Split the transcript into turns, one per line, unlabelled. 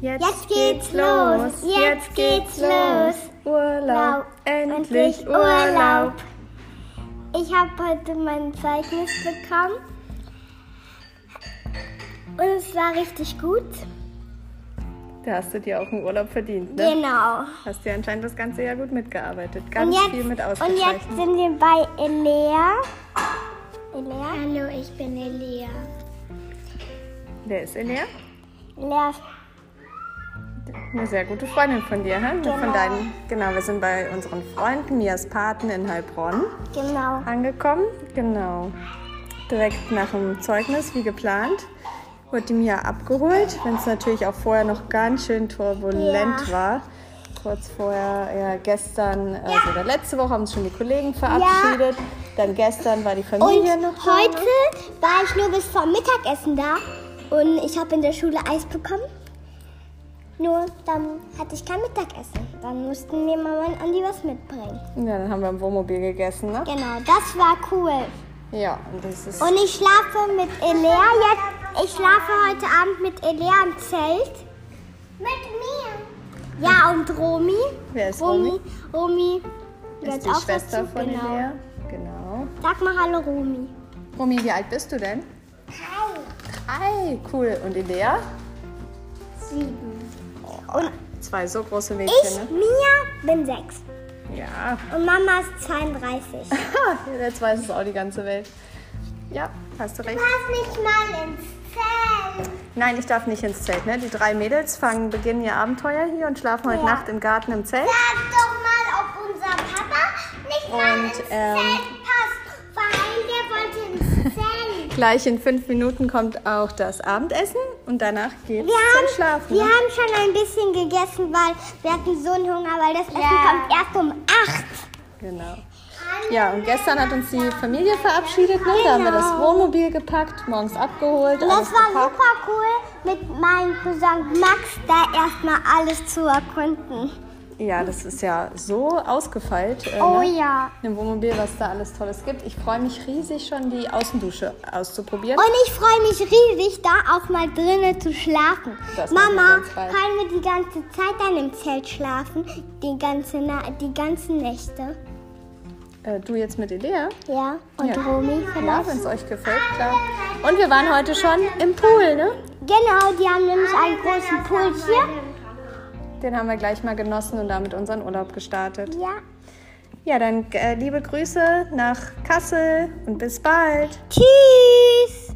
Jetzt, geht's los, jetzt geht's los.
Urlaub,
Urlaub,
endlich Urlaub.
Ich habe heute mein Zeugnis bekommen. Und es war richtig gut.
Da hast du dir auch einen Urlaub verdient, ne?
Genau.
Hast dir anscheinend das ganze Jahr gut mitgearbeitet.
Und
Ganz
jetzt,
viel mit
und jetzt
ausgezeichnet.
sind wir bei Elea. Elea?
Hallo, ich bin Elia.
Wer ist Elea?
Elea ist
Eine sehr gute Freundin von dir, hä? Genau. Von
Genau.
deinen, genau, wir sind bei unseren Freunden, Mias Paten in Heilbronn
genau.
angekommen. Genau. Direkt nach dem Zeugnis, wie geplant, wurde die Mia abgeholt, wenn es natürlich auch vorher noch ganz schön turbulent
Ja.
war. Kurz vorher, ja, gestern, also oder letzte Woche haben sich schon die Kollegen verabschiedet. Dann gestern war die
Und
Familie noch da.
heute war ich nur bis zum Mittagessen da und ich habe in der Schule Eis bekommen. Nur dann hatte ich kein Mittagessen. Dann mussten mir Mama und Andi was mitbringen.
Ja, dann haben wir im Wohnmobil gegessen, ne?
Genau, das war cool.
Ja, und das ist.
Und ich schlafe mit Elea jetzt. Ich schlafe heute Abend mit Elea im Zelt. Mit mir? Ja, und Romi.
Wer ist
Romi?
Romy?
Romi
Ist
gehört
die
auch
Schwester
dazu,
von
genau.
Elea. Genau.
Sag mal Hallo, Romi.
Romy, wie alt bist du denn? Ei, cool. Und Elea?
Sieben. Und
Zwei so große
Ich,
Mädchen,
Mia, bin sechs.
ne? Ja.
Und Mama ist 32. Du
Ha, Ah, jetzt weiß es auch die ganze Welt. Ja, hast du recht.
darfst nicht mal ins Zelt.
Nein, ich darf nicht ins Zelt, ne? Die drei Mädels fangen, beginnen ihr Abenteuer hier und schlafen heute
Ja.
Nacht im Garten im Zelt.
Sag doch mal, ob unser Papa nicht
mal Und, ins ähm, Zelt
passt. Weil der wollte ins Zelt.
Gleich in fünf Minuten kommt auch das Abendessen und danach geht's
Wir
zum
haben,
Schlafen.
wir
ne?
haben schon ein bisschen gegessen, weil wir hatten so einen Hunger, weil das Essen kommt erst um 8.
Genau. Ja, und gestern hat uns die Familie verabschiedet, ne? Da haben wir das
Genau.
Wohnmobil gepackt, morgens abgeholt.
Und
alles
das war
gepackt.
super cool, mit meinem Cousin Max da erstmal alles zu erkunden.
Ja, das ist ja so ausgefeilt. Äh,
Oh
ne?
ja.
Im Wohnmobil, was da alles Tolles gibt. Ich freue mich riesig schon, die Außendusche auszuprobieren.
Und ich freue mich riesig, da auch mal drinnen zu schlafen.
Das machen wir
Mama,
ganz bald.
können wir die ganze Zeit dann im Zelt schlafen? Die, ganze Na die ganzen Nächte.
Äh, du jetzt mit Elea?
Ja, und
Ja.
Romy
Ja,
vielleicht.
wenn es euch gefällt, klar. Und wir waren heute schon im Pool, ne?
Genau, die haben nämlich einen großen Pool hier.
Den haben wir gleich mal genossen und damit unseren Urlaub gestartet.
Ja.
Ja, dann äh, liebe Grüße nach Kassel und bis bald.
Tschüss.